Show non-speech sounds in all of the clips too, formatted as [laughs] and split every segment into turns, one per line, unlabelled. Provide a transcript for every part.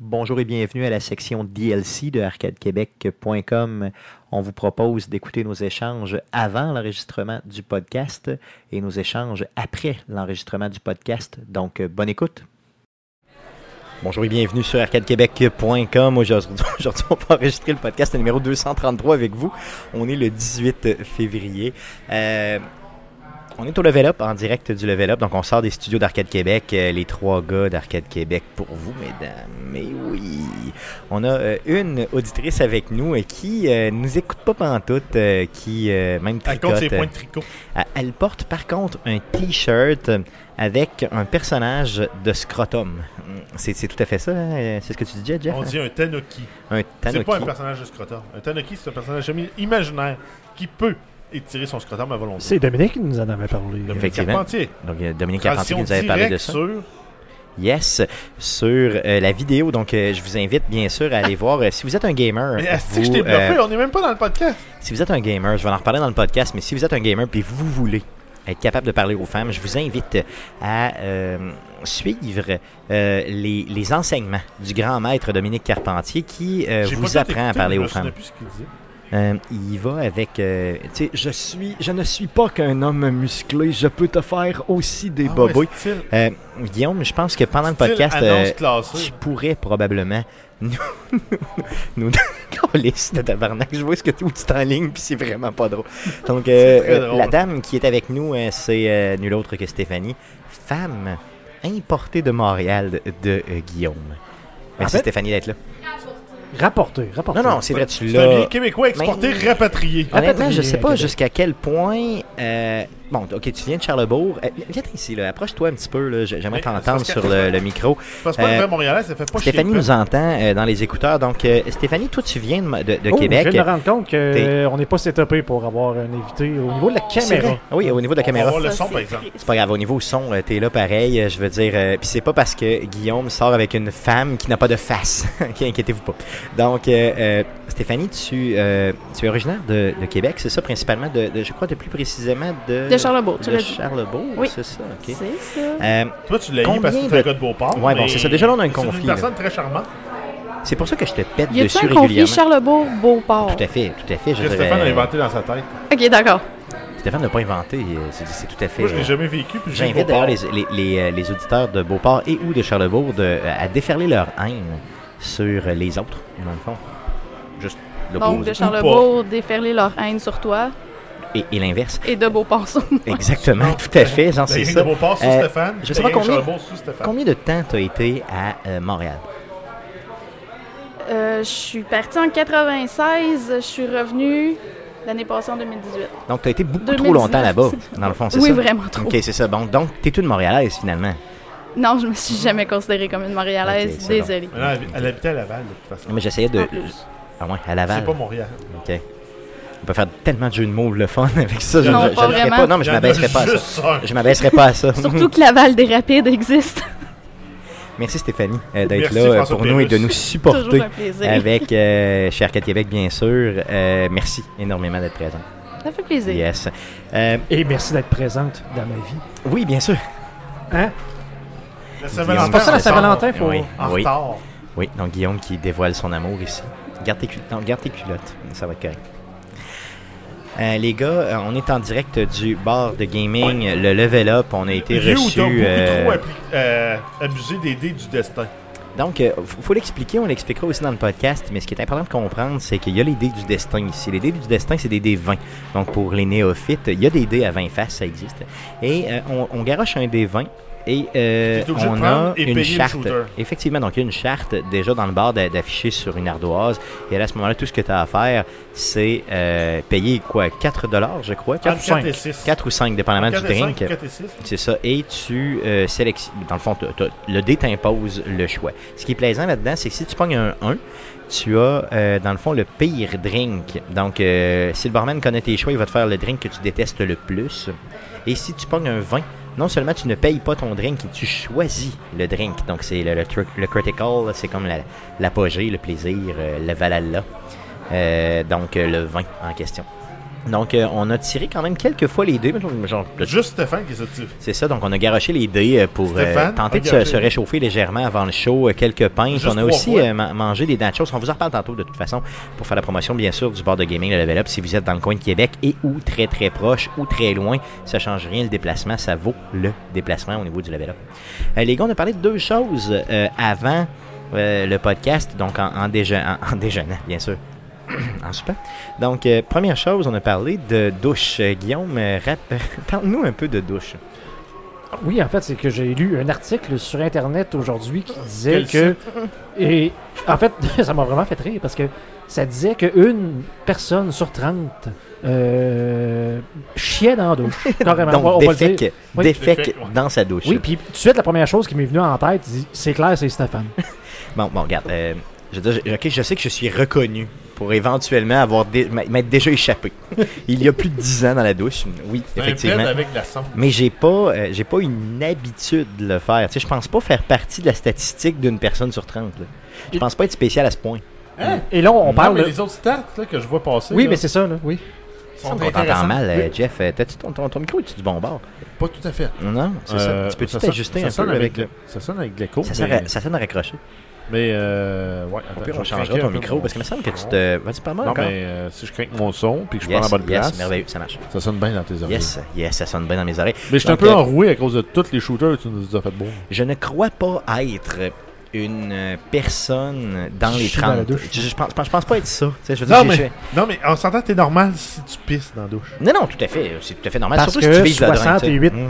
Bonjour et bienvenue à la section DLC de arcadequebec.com. On vous propose d'écouter nos échanges avant l'enregistrement du podcast et nos échanges après l'enregistrement du podcast. Donc, euh, bonne écoute. Bonjour et bienvenue sur arcadequebec.com. Aujourd'hui, [laughs] aujourd'hui, on va enregistrer le podcast numéro 233 avec vous. On est le 18 février. Euh, on est au Level Up, en direct du Level Up. Donc, on sort des studios d'Arcade Québec, euh, les trois gars d'Arcade Québec pour vous, mesdames. Mais oui! On a euh, une auditrice avec nous euh, qui ne nous écoute pas pantoute, euh, qui euh, même
Elle compte
tricote.
ses points de tricot.
Euh, Elle porte par contre un T-shirt avec un personnage de scrotum. Mm, C'est c'est tout à fait ça, hein? c'est ce que tu disais, Jeff?
On dit un Tanuki.
Un
C'est pas un
tanuki.
personnage de scrotum. Un Tanuki, c'est un personnage imaginaire qui peut étirer son scrotum à volonté.
C'est Dominique qui nous en avait parlé.
Dominique
Effectivement.
Carpentier.
Donc, il y a Dominique Carpentier qui
Transition
nous avait parlé de
directe
ça.
sur...
Yes, sur euh, la vidéo. Donc, euh, je vous invite bien sûr à aller voir. Euh, si vous êtes un gamer,
Mais est-ce que je
vous,
t'ai bluffé?
euh,
On n'est même pas dans le podcast.
si vous êtes un gamer, je vais en reparler dans le podcast, mais si vous êtes un gamer puis vous voulez être capable de parler aux femmes, je vous invite à euh, suivre euh, les, les enseignements du grand maître Dominique Carpentier qui euh,
J'ai pas
vous
tout
apprend à
écouté,
parler
je me
aux femmes.
souvenais plus ce qu'il disait.
Euh, il va avec, euh, tu sais, je suis, je ne suis pas qu'un homme musclé, je peux te faire aussi des
Ah
bobouilles.
ouais, style-
Euh, Guillaume, je pense que pendant le
style
podcast,
annonce
euh,
classée.
tu pourrais probablement nous. [laughs] nous, nous Câlisse de tabarnak, je vois ce que tu où tu t'enlignes, puis c'est vraiment pas drôle. Donc, euh,
très
euh,
drôle.
la dame qui est avec nous, euh, c'est euh, nulle autre que Stéphanie, femme importée de Montréal de, de, euh, Guillaume. Merci
Ah,
En fait-
Stéphanie d'être là.
Rapporté, rapporté.
Non, non, c'est vrai, tu
ben. C'est un
l'as.
bien québécois exporté,
Mais-
rapatrié.
Honnêtement, je
Rapatrié
sais
à
euh,
pas
Québec.
jusqu'à quel point. euh, Bon, ok, tu viens de Charlebourg. Euh, viens ici, là. approche-toi un petit peu. là. J'aimerais
Mais c'est
t'entendre
parce que-
sur le- le micro.
Parce que pas
Euh,
le vrai Montréalais, ça fait pas chier.
Stéphanie
le peuple.
nous entend euh, dans les écouteurs. Donc, euh, Stéphanie, toi, tu viens de, de- de
Oh,
Québec.
Je viens de me rendre compte
T'es-
qu'on n'est pas setupé pour avoir un invité au niveau de la
C'est
caméra.
vrai. Ah Oui, au niveau de la
On va
caméra.
voir le
Ça,
son,
c'est
par exemple.
triste.
C'est pas grave, au niveau son, euh, t'es là pareil, euh, je veux dire. euh, Puis c'est pas parce que Guillaume sort avec une femme qui n'a pas de face. [laughs] Ok, Inquiétez-vous pas. Donc, euh, euh, Stéphanie, tu, euh, tu es originaire de, de Québec, c'est ça, principalement, de, de- je crois, de plus précisément de.
De Charlebourg, tu
de
l'as dit.
Charlebourg,
Oui.
c'est ça, ok.
C'est ça.
Euh,
Toi, tu l'as eu parce que
Combien
t'es
de-
un gars de Beauport.
Ouais, bon,
mais
c'est ça. Déjà, là, on a un conflit,
C'est une
là.
personne très charmante.
c'est pour ça que je te pète
Y
dessus
a-tu un conflit
régulièrement.
Charlebourg-Beauport?
Tout à fait, tout à fait. Je
Que
dirais- euh,
Stéphane a inventé dans sa tête.
Ok, d'accord.
Stéphane l'a pas inventé, euh, c'est c'est tout à fait.
Moi, je
euh,
l'ai jamais vécu. puis j'ai
J'invite
Beauport.
d'ailleurs les, les- les, euh, les auditeurs de Beauport et ou de Charlebourg de- euh, à déferler leur haine sur les autres, dans le fond. Juste
Donc, de
l'opposé.
Charlebourg, déferler leur haine sur toi
Et, et l'inverse.
et de Beauport sur moi.
Exactement, tout à fait, genre
Ah, La
c'est
gang
ça.
de Beauport sous
Euh,
Stéphane.
je sais
la
pas
gang de
combien-
Charlebourg sous Stéphane.
Combien de temps t'as été à euh, Montréal?
[laughs] Euh, je suis partie en 96, je suis revenue l'année passée en 2018.
Donc, t'as été beaucoup
2019,
trop longtemps là-bas, dans le fond, c'est
Oui,
ça?
vraiment trop.
Ok, c'est ça. Bon, donc, t'es une Montréalaise, finalement.
Non, je me suis jamais considérée comme une Montréalaise,
Ok, c'est
désolée.
Mais là, elle habitait à Laval, de toute façon.
Non, mais j'essayais de...
En plus.
Ah ouais, à
C'est
Laval.
pas Montréal.
Ok. On peut faire tellement de jeux de mots le fun [laughs] avec ça. Je,
Non,
je, je
pas
le ferais
vraiment.
pas. Non, mais je
Il y en a
m'abaisserais pas à ça.
juste un.
Je m'abaisserais pas à ça.
[laughs] Surtout que l'aval des rapides existe.
Merci Stéphanie euh, d'être
Merci,
là euh,
François
pour nous et de
Pérus.
nous
[laughs] Toujours
supporter
un plaisir.
avec euh, chez Arcade Québec, bien sûr. Euh, merci énormément d'être présent.
Ça fait plaisir.
Yes. Euh,
Et merci d'être présente dans ma vie.
oui, bien sûr.
Hein?
La
Guillaume,
C'est pour ça la
c'est ça.
Saint-Valentin, faut...
Ah, Oui,
En
oui,
retard.
oui. Donc Guillaume qui dévoile son amour ici. Garde tes, cul- non, garde tes culottes, ça va être correct. Euh, les gars, euh, on est en direct du bar de gaming, euh, le Level Up. On a été
Vieux ou
reçu.
t'as beaucoup
euh,
trop appli- euh, abusé des dés du destin.
Donc, il faut l'expliquer, on l'expliquera aussi dans le podcast, mais ce qui est important de comprendre, c'est qu'il y a les dés du destin ici. Les dés du destin, c'est des dés 20. Donc, pour les néophytes, il y a des dés à 20 faces, ça existe. Et euh, on, on garoche un dé 20 et euh,
T'es obligé de
on a
prendre et
une
payer le
charte.
shooter.
Effectivement, donc il y a une charte déjà dans le bar d'a- d'afficher sur une ardoise. Et là, à ce moment-là, tout ce que tu as à faire, c'est euh, payer quoi 4 je crois 4,
Entre 4 et 6.
4 ou 5, dépendamment
Entre
du
et
drink.
cinq, 4 et 6.
C'est ça. Et tu euh, sélectionnes. Dans le fond, t'as- t'as- le dé t'impose le choix. Ce qui est plaisant là-dedans, c'est que si tu pognes un 1, tu as, euh, dans le fond, le pire drink. Donc, euh, si le barman connaît tes choix, il va te faire le drink que tu détestes le plus. Et si tu pognes un 20, non seulement tu ne payes pas ton drink, tu choisis le drink. Donc, c'est le, le tru- le critical, là, c'est comme la- l'apogée, le plaisir, euh, le valhalla. Euh, donc, euh, le vin en question. Donc, euh, on a tiré quand même quelques fois les dés. mais genre- genre, le-
Juste Stéphane qui se tire.
C'est ça, donc on a garoché les dés euh, pour euh,
Stéphane,
tenter de
a
se,
garoché.
se réchauffer légèrement avant le show, euh, quelques pintes.
Juste
On a
trois
aussi
fois.
euh, ma- mangé des nachos. On vous en reparle tantôt de toute façon pour faire la promotion, bien sûr, du bar de gaming, le level up. Si vous êtes dans le coin de Québec et ou très très proche ou très loin, ça change rien. Le déplacement, ça vaut le déplacement au niveau du level up. Euh, les gars, on a parlé de deux choses euh, avant euh, le podcast, donc en, en déje- en- en déjeunant, bien sûr. [coughs] En super. Donc, euh, première chose, on a parlé de douche. Euh, Guillaume, euh, rap- [laughs] parle-nous un peu de douche.
Oui, en fait, c'est que j'ai lu un article sur Internet aujourd'hui qui disait
Quel
que. [laughs] Et en fait, [laughs] ça m'a vraiment fait rire parce que ça disait qu'une personne sur 30 euh, chiait dans
[laughs]
la douche. Carrément.
Donc,
on va le dire.
défèque,
Oui.
défèque
Défèque, ouais.
dans sa douche.
Oui, puis tout de suite, la première chose qui m'est venue en tête, dit, c'est clair,
[laughs]
c'est Stéphane.
Bon, bon, regarde. euh, je, veux dire, je- ok, je sais que je suis reconnu pour éventuellement avoir dé- m'a- m'être déjà [laughs] échappé. Il y a plus de 10 ans dans la douche. Oui,
Un
effectivement.
bed avec la sang.
Mais j'ai pas, euh, j'ai pas une habitude de le faire. Tu sais, je pense pas faire partie de la statistique d'une personne sur 30. là. Je pense pas être spécial à ce point.
Hein?
Et là, on
On
parle.
parle mais
de-
les autres stats là, que je vois passer.
Oui,
là,
mais c'est ça, là. Oui.
On
sont
t'entend
intéressantes.
mal, euh, Jeff. Euh, T'as-tu ton, ton, ton micro est-tu du bon bord?
Pas tout à fait.
Non, c'est
Euh,
ça. Tu peux-tu
sonne-
t'ajuster
ça
un
sonne
peu avec le...
le- Ça sonne avec l'écho.
Ça,
mais-
sonne à- ça sonne à raccrocher.
Mais euh,
Au
ouais, attends, je
pire,
vais
on changera
craquer un
ton
peu
micro
mon-
parce que me semble que tu te. Vas-y, parle-moi
Non,
encore.
mais euh, si je craque mon son puis que je
Yes,
prends la bonne
yes,
place,
merveilleux, ça marche.
ça sonne bien dans tes oreilles.
Yes, yes, ça sonne bien dans mes oreilles.
Mais je suis un
Donc,
peu
euh,
enroué à cause de tous les shooters que tu nous as fait beau.
Je ne crois pas être une euh, personne dans
Qui
les
chie dans la
30.
douche.
Je, je pense, je pense- je pense pas être ça. Tu sais, je veux
Non
dire, j'ai-
mais, non, mais on s'entend que t'es normal si tu pisses dans la douche.
j'ai- non, non, tout à fait. C'est tout à fait normal.
Parce
surtout
que
si tu vises la draine, tu sais.
68
Mm.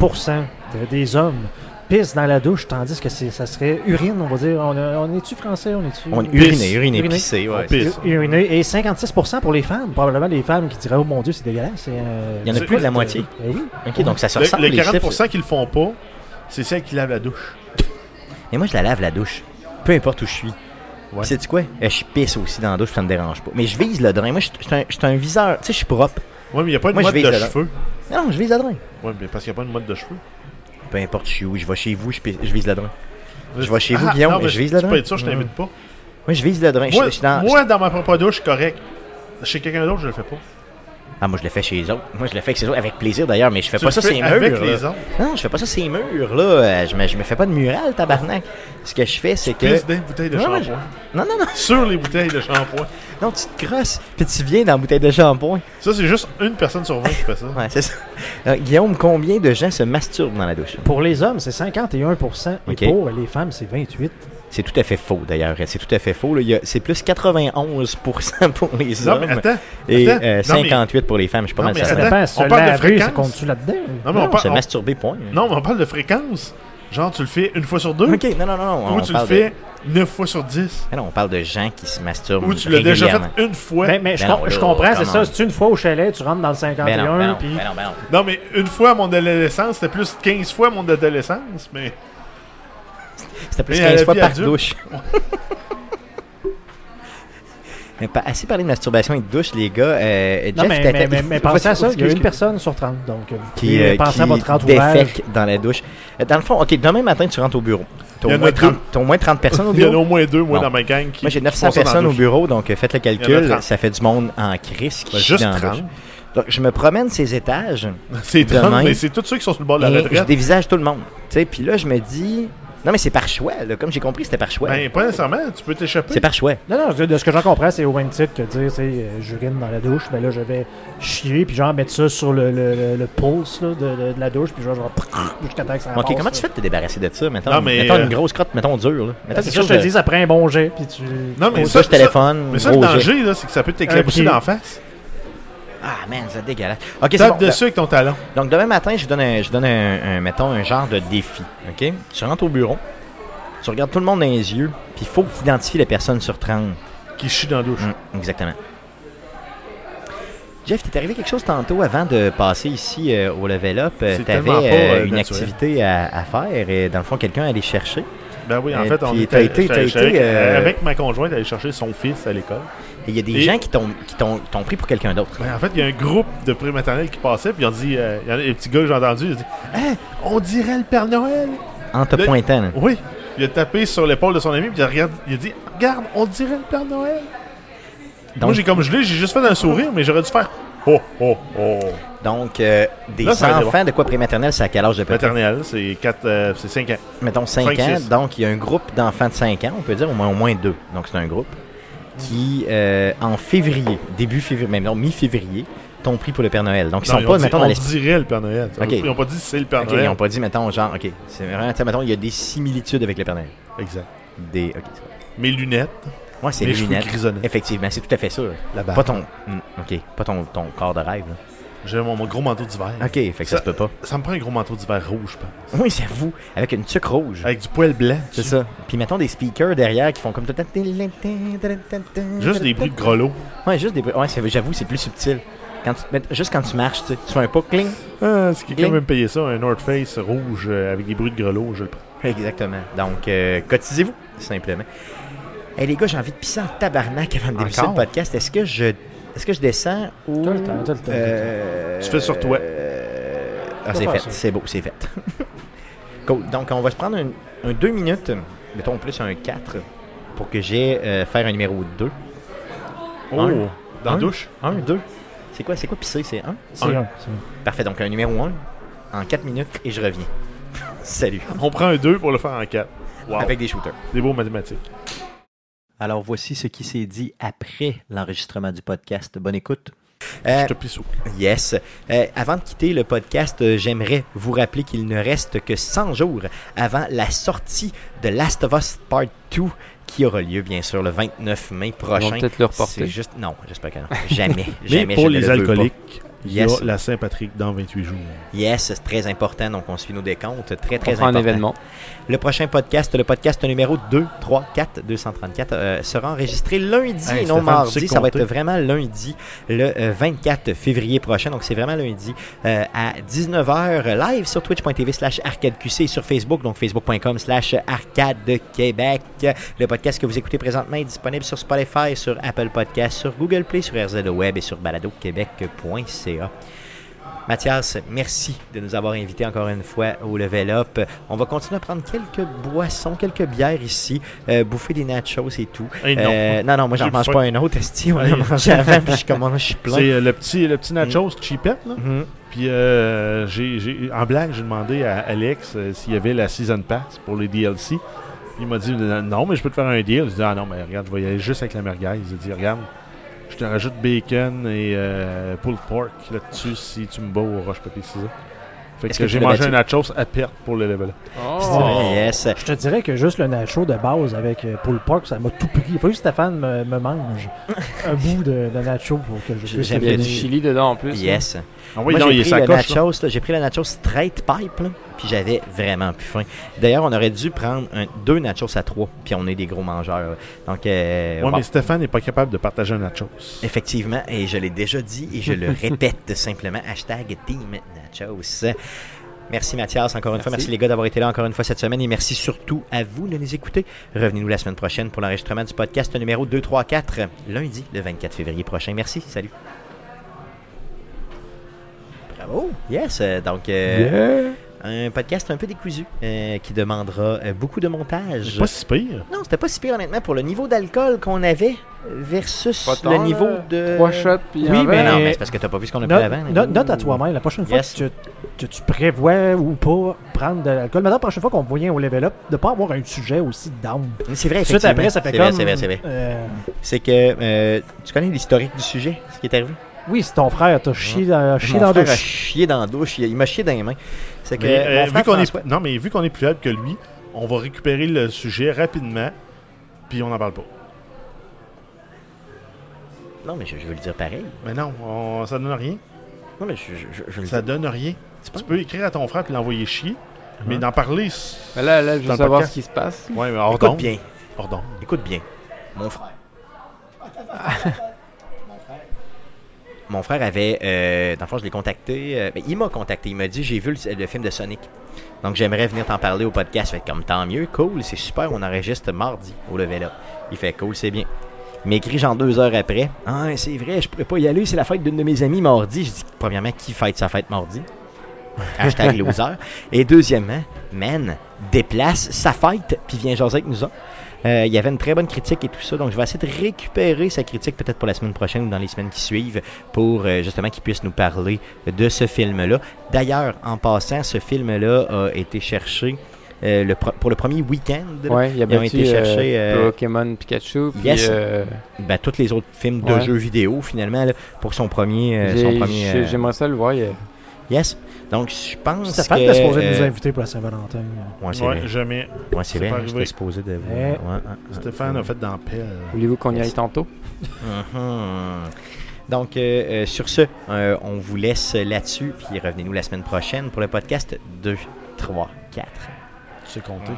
de- des hommes pissent dans la douche, tandis que c'est- ça serait urine, on va dire. On, a- on est-tu français On est-tu.
On uriner,
Pisse.
uriner,
Uriner.
pisser, ouais.
On pisse.
U- uriner. Et 56 pour les femmes. Probablement les femmes qui diraient Oh mon Dieu, c'est dégueulasse. c'est, euh,
Il y en a
C'est-
plus de la moitié.
Ben oui.
Ok, donc ça se
Le,
ressemble.
le
les chiffres.
40% qui le font pas, c'est celle qui lave la douche.
Mais moi, je la lave la douche. Peu importe où je suis.
Ouais.
Sais-tu quoi? Euh, Je pisse aussi dans la douche, ça me dérange pas. Mais je vise le drain. Moi, je suis- je suis un- je suis un viseur. Tu sais, je suis propre.
Ouais, mais il n'y a pas une
Moi, je
mode
vise
de
dedans.
cheveux.
Non, je vise le drain.
Ouais, mais parce qu'il n'y a pas une mode de cheveux.
Peu importe, je suis où, je vais chez vous, je, pi- je vise le drain. Je vais chez vous, Guillaume,
Ah, non, mais
je vise là-dedans.
Tu peux être sûr, je t'invite pas.
Moi, je vise le drain. Je-
Moi,
je suis dans-
moi, dans ma propre douche, je suis correct. Chez quelqu'un d'autre, je le fais pas.
Ah, moi, je le fais chez les autres. Moi, je le fais avec ces autres, avec plaisir d'ailleurs, mais je fais
Tu
pas
le
ça
fais
ces murs.
avec
là.
les autres.
Non, je fais pas ça ces murs, là. Euh, Je me, je me fais pas de mural, tabarnak. Ce que je fais, c'est que.
Pisse dans les bouteilles de
Non, mais
shampoing.
Non, non, non.
Sur les bouteilles de shampoing.
Non, tu te crosses, puis tu viens dans la bouteille de shampoing.
Ça, c'est juste une personne sur 20 qui fait ça.
Ouais, c'est ça. Euh, Guillaume, combien de gens se masturbent dans la douche
Pour les hommes, c'est 51 et
Ok.
pour les femmes, c'est 28
C'est tout à fait faux, d'ailleurs. C'est tout à fait faux. là. Il y a- C'est plus 91 pour les
Non,
hommes
mais attends.
et
attends.
euh,
Non, mais-
58 pour les femmes. Je suis pas
Non,
mal
mais
certain.
attends.
Dépend,
on
se
parle de
laver, ça
fréquence.
compte-tu là-dedans
Non, mais on
Non, se
parle. on-
masturber, point.
Non, mais on parle de fréquence. Genre, tu le fais une fois sur deux.
Ok, non, non, non. non,
Ou
on
tu le
parle de-
fais neuf fois sur dix.
Ah non, on parle de gens qui se masturbent
Ou tu l'as déjà
régulièrement.
fait une fois.
Ben, mais je,
Ben
com-
non,
je
là,
comprends, c'est
come on.
ça. C'est une fois au chalet, tu rentres dans le
Ben
51,
non, ben non,
puis
ben non, ben non.
Non, mais une fois à mon adolescence, c'était plus 15 fois à mon adolescence, mais.
C'était plus
Mais à la
15 fois
vie
par
adulte.
douche. mais pas assez parlé de masturbation et de douche, les gars. Euh, Jeff,
Non, mais,
t'as-
mais, mais, mais pensez à ça, il y a une
Excuse-moi.
personne sur 30. Donc, euh, vous
qui,
pouvez
euh,
penser à
qui
votre entourage.
défèque dans la douche. Euh, Dans le fond, OK, demain matin, tu rentres au bureau. T'as
Il y
au,
en
moins
a
30
deux.
t'as au moins 30 personnes au
Il y en a
bureau.
au moins deux, moi,
Non.
dans ma gang. Qui
Moi, j'ai
qui
900
font ça dans la
personnes au
douche.
bureau, donc euh, faites le
Il y en a
calcul.
30.
Ça fait du monde en crise qui
Ben,
chie
juste
dans la
30.
douche. Donc, je me promène ces étages
C'est
Demain.
30, mais c'est tous ceux qui sont sur le bord de la
et je
retraite.
dévisage tout le monde. Tu sais, Puis là, je me dis... Non, mais c'est par choix. là. Comme j'ai compris, c'était par choix.
Ben, pas nécessairement, tu peux
c'est
t'échapper.
par choix.
Non, non, de de ce que j'en comprends, c'est au même titre que dire, tu sais, euh, j'urine dans la douche, ben là, je vais chier, puis genre mettre ça sur le, le, le, le pulse là, de, de, de la douche, puis genre, [laughs] je vais prrr, jusqu'à temps que ça
Ok,
passe,
comment
là.
tu fais de te débarrasser de ça? Mettons,
Non, mais,
mettons
euh,
une grosse crotte, mettons dure. Là. Mettons
Ben, C'est ça, que je te dis, ça prend un bon jet, puis tu.
Non, mais
Pose
ça,
ça, je téléphone.
Mais ça, le
gros jet.
danger, là, c'est que ça peut t'éclabousser
Ok.
dans la face.
Ah, man, c'est dégueulasse. Ok, c'est bon.
Tape dessus avec ton talon.
Donc, demain matin, je donne, un, je donne un, un- mettons, un genre de défi. Ok? Tu rentres au bureau, tu regardes tout le monde dans les yeux, puis il faut que tu identifies les personnes sur 30.
Qui chie dans la douche.
Hum, exactement. Jeff, t'es arrivé quelque chose tantôt avant de passer ici euh, au level up. Euh,
C'est
T'avais
tellement pas,
euh,
euh,
une
naturel.
activité à, à faire et dans le fond, quelqu'un allait chercher.
Ben oui, en
Et
fait, on
Euh, puis,
est
t'as
allé-
été- t'as
j'étais allé-
été,
j'étais allé-
euh,
avec ma conjointe aller chercher son fils à l'école.
Et il y a des
Et-
gens qui t'ont qui t'ont- qui t'ont pris pour quelqu'un d'autre.
Ben, en fait, il y a un groupe de prématernels qui passait, puis ils ont dit, euh, il y en a- les petits gars que j'ai entendu, ils ont dit Hein, on dirait le Père Noël.
En te
Le-
pointant. là.
Oui. Il a tapé sur l'épaule de son ami, puis il a, regardé- il a dit Regarde, on dirait le Père Noël.
Donc,
Moi, j'ai comme gelé, j'ai juste fait un sourire, mais j'aurais dû faire Oh, oh, oh.
Donc, euh, des
Là, ça va être
enfants de quoi prématernelle, c'est à quel âge de peu près?
Maternelle, c'est 4, c'est 5 ans.
mettons 5
Cinq,
ans.
six.
Donc, il y a un groupe d'enfants de 5 ans, on peut dire au moins, au moins deux. Donc, c'est un groupe qui, euh, en février, début février, même non, mi-février, t'ont pris pour le Père Noël. Donc, ils
Non,
sont pas,
ont dit,
mettons, dans
on
les...
dirait le Père Noël. Ça veut
Ok.
dire- Ils n'ont pas dit c'est le Père
Ok, ils
Noël.
n'ont pas dit, mettons, genre, OK, c'est vraiment, tu sais, mettons, il y a des similitudes avec le Père Noël.
Exact.
Des... OK, c'est vrai.
Mes lunettes,
Ouais, c'est
mes
les
cheveux
lunettes.
grisonnants.
Effectivement, c'est tout à fait ça. là.
Là-bas.
Pas ton... Mm, OK, pas ton, ton corps de rêve. là.
J'ai mon, mon gros manteau d'hiver.
OK, fait que ça,
Ça-
se peut pas.
Ça me prend un gros manteau d'hiver rouge, je pense.
Oui, c'est vous, avec une tuque rouge.
Avec du poil blanc.
C'est
dessus.
ça. Puis mettons des speakers derrière qui font comme...
Juste des bruits de grelot.
Ouais, juste des bruits. Ouais, c'est- j'avoue, c'est plus subtil. Quand tu, te mets- juste quand tu marches, tu, sais, tu fais un pas cling.
Ah, si quelqu'un
Gling.
veut me payer ça, un North Face rouge euh, avec des bruits de grelot, je le prends.
Exactement. Donc, euh, cotisez-vous, simplement. Hey, les gars, j'ai envie de pisser en tabarnak avant de débuter le
Encore?
podcast. Est-ce que je est-ce que je descends ou.
T'as le temps, t'as le temps, t'as le
Euh,
Tu fais sur toi.
euh, ah,
Faut
c'est
faire
fait.
ça.
C'est beau, c'est fait. [laughs] cool. Donc, on va se prendre un, un deux minutes, mettons plus un 4, pour que j'ai faire un numéro 2.
Oh!
Un.
Dans
Un.
la douche?
1, 2. C'est quoi, c'est quoi pisser C'est 1
C'est
Un.
un, c'est un.
Parfait, donc un numéro 1 en 4 minutes et je reviens. [laughs] Salut.
On prend un 2 pour le faire en 4. Wow.
Avec Euh, des shooters.
des beaux mathématiques.
Alors voici ce qui s'est dit après l'enregistrement du podcast. Bonne écoute.
Je te pisse au cul.
Euh, Yes. Euh, avant de quitter le podcast, euh, j'aimerais vous rappeler qu'il ne reste que 100 jours avant la sortie de Last of Us Part 2 qui aura lieu bien sûr le 29 mai
Ils vont
prochain.
peut-être le
C'est
reporter.
juste non, j'espère que non. [laughs] Jamais,
Mais
jamais
pour
je ne
les
le veux pas.
alcooliques, il y
Yes.
a la Saint-Patrick dans 28 jours.
Yes, c'est très important donc on suit nos décomptes, très
On
très
fera un
important.
événement.
Le prochain podcast, le podcast numéro 234, 234, euh, sera enregistré lundi
Hey,
et non
Stéphane, tu
mardi.
sais
Ça va
compter.
être vraiment lundi, le euh, 24 février prochain. Donc, c'est vraiment lundi euh, à 19h, live sur twitch.tv slash arcadeqc et sur Facebook, donc facebook.com slash arcadequebec. Le podcast que vous écoutez présentement est disponible sur Spotify, sur Apple Podcast, sur Google Play, sur RZO Web et sur baladoquebec.ca. Mathias, merci de nous avoir invités encore une fois au Level Up. On va continuer à prendre quelques boissons, quelques bières ici, euh, bouffer des nachos et tout.
Eh non.
Euh, non, non, moi, j'en
J'ai
mange
faim.
pas un autre, Esti. On en
Allez.
a
[laughs]
mangé avant, puis je commence, je suis plein.
C'est euh, le petit, le
Mm.
petit nachos cheapette, là.
Mhm.
Puis, euh, j'ai, j'ai- en blague, j'ai demandé à Alex euh, s'il y avait la Season Pass pour les DLC. Puis il m'a dit euh, Non, mais je peux te faire un deal. Je dit Ah non, mais regarde, je vais y aller juste avec la merguez. Il a dit Regarde, je te rajoute bacon et euh, pulled pork là-dessus si tu me bats au roche papier ciseaux. Fait que,
Est-ce que tu
j'ai
l'as
mangé
battu?
un nachos à perte pour le level.
Oh.
C'est vrai, yes.
Je te dirais que juste le nacho de base avec euh, Paul Park, ça m'a tout pris. Il faut que Stéphane me, me mange un bout de, de nacho pour que je
J'ai-
puisse
j'ai
Il y a
bien
du
dit.
chili dedans en plus.
Yes.
Ah
Moi,
non,
j'ai
il est
pris, le
sacoche, là.
nachos, là, j'ai pris la nachos straight pipe, là, puis j'avais vraiment plus faim. D'ailleurs, on aurait dû prendre un- deux nachos à trois, puis on est des gros mangeurs. là. Donc, euh,
Ouais,
bon.
mais Stéphane n'est pas capable de partager un nachos.
Effectivement, et je l'ai déjà dit et je le répète simplement, hashtag Team Nachos. Merci Mathias, encore une fois.
Merci.
Merci les gars d'avoir été là encore une fois cette semaine et merci surtout à vous de nous écouter. Revenez-nous la semaine prochaine pour l'enregistrement du podcast numéro 234, lundi le 24 février prochain. Merci, salut. Bravo, yes. euh, Donc, euh, un podcast un peu décousu euh, qui demandera euh, beaucoup de montage.
Pas si pire.
Non, c'était pas si pire honnêtement pour le niveau d'alcool qu'on avait versus
Pas
le
tant,
niveau
là.
de.
Trois shots puis
oui,
un
Mais
mais-
verre.
Ben non, mais c'est parce que t'as pas vu ce qu'on a pris
Note,
avant. là.
note- note à toi-même. La prochaine fois
Yes.
que, tu, que tu prévois ou pas prendre de l'alcool, maintenant la prochaine fois qu'on vient au level up, de pas avoir un sujet aussi down.
Mais C'est vrai,
Tout de suite
effectivement.
après, ça fait
C'est
comme.
vrai, c'est vrai, c'est vrai.
euh,
C'est que euh, tu connais l'historique du sujet, ce qui est arrivé.
oui, c'est ton frère, t'as chié dans, chié
mon
dans la
frère a
douche.
chié dans la douche. Il il m'a chié dans les mains. C'est que
Mais, euh,
mon frère
vu qu'on
François-
est, non, mais vu qu'on est plus faible que lui, on va récupérer le sujet rapidement, puis on n'en parle pas.
Non, mais je, je veux le dire pareil.
Mais non, on- ça donne rien.
Non, mais Ah. je, je, je, je veux le
Ça
dire.
donne rien.
penses?
Tu peux écrire à ton frère et l'envoyer chier,
Uh-huh.
mais d'en parler. c'est-
Mais là, là, je
Dans
veux
le
savoir
podcast.
ce qui se passe.
Ouais, mais
Écoute
ordonne.
bien.
Ordonne.
Écoute bien. Mon frère. [laughs] Mon frère avait. Euh, dans le fond, je l'ai contacté. euh, ben, il m'a contacté. Il m'a dit J'ai vu le, le film de Sonic. Donc, j'aimerais venir t'en parler au podcast. Fait que comme tant mieux, cool, c'est super. On enregistre mardi au level up. Il fait cool, c'est bien. Il m'écrit genre deux heures après Ah, c'est vrai, je pourrais pas y aller. C'est la fête d'une de mes amies mardi. Je dis Premièrement, qui fête sa fête mardi Hashtag loser. Et deuxièmement, man, déplace sa fête puis viens jaser avec nous autres. Euh, il y avait une très bonne critique et tout ça. Donc, je vais essayer de récupérer sa critique peut-être pour la semaine prochaine ou dans les semaines qui suivent pour euh, justement qu'il puisse nous parler de ce film-là. D'ailleurs, en passant, ce film-là a été cherché euh, le pro- pour le premier week-end.
Ouais, il a
Ils ont
battu,
été
euh,
chercher, euh,
Pokémon Pikachu. Puis,
Yes.
euh,
Ben, tous les autres films de
Ouais.
jeux vidéo, finalement, là, pour son premier. euh, son
j'ai-
premier
j'ai-
euh,
J'aimerais ça le voir. il-
yes. Donc, je pense.
Stéphane
que,
était supposé nous
euh,
inviter pour la Saint-Valentin.
Ouais, c'est
Ouais,
vrai.
jamais.
Ouais, c'est
c'est pas
vrai.
arrivé.
J'étais supposé de.
Eh.
ouais, hein,
Stéphane a fait dans pelle.
Voulez-vous qu'on y
Yes.
aille tantôt?
Mhm. Donc, euh, euh, sur ce, euh, on vous laisse là-dessus, puis revenez-nous la semaine prochaine pour le podcast 2, 3, 4. Ah.
C'est compté.